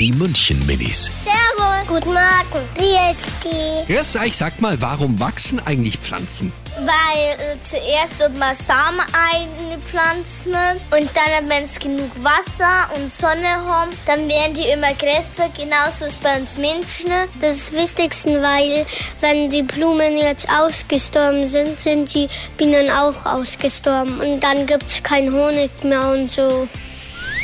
Die München Minis. Servus. Guten Morgen. Wie ist die? Grüß euch, sag mal, warum wachsen eigentlich Pflanzen? Weil äh, zuerst tut man Samen einpflanzen und dann, wenn es genug Wasser und Sonne haben, dann werden die immer größer. Genauso ist bei uns Menschen. Das ist das Wichtigste, weil wenn die Blumen jetzt ausgestorben sind, sind die Bienen auch ausgestorben. Und dann gibt es keinen Honig mehr und so.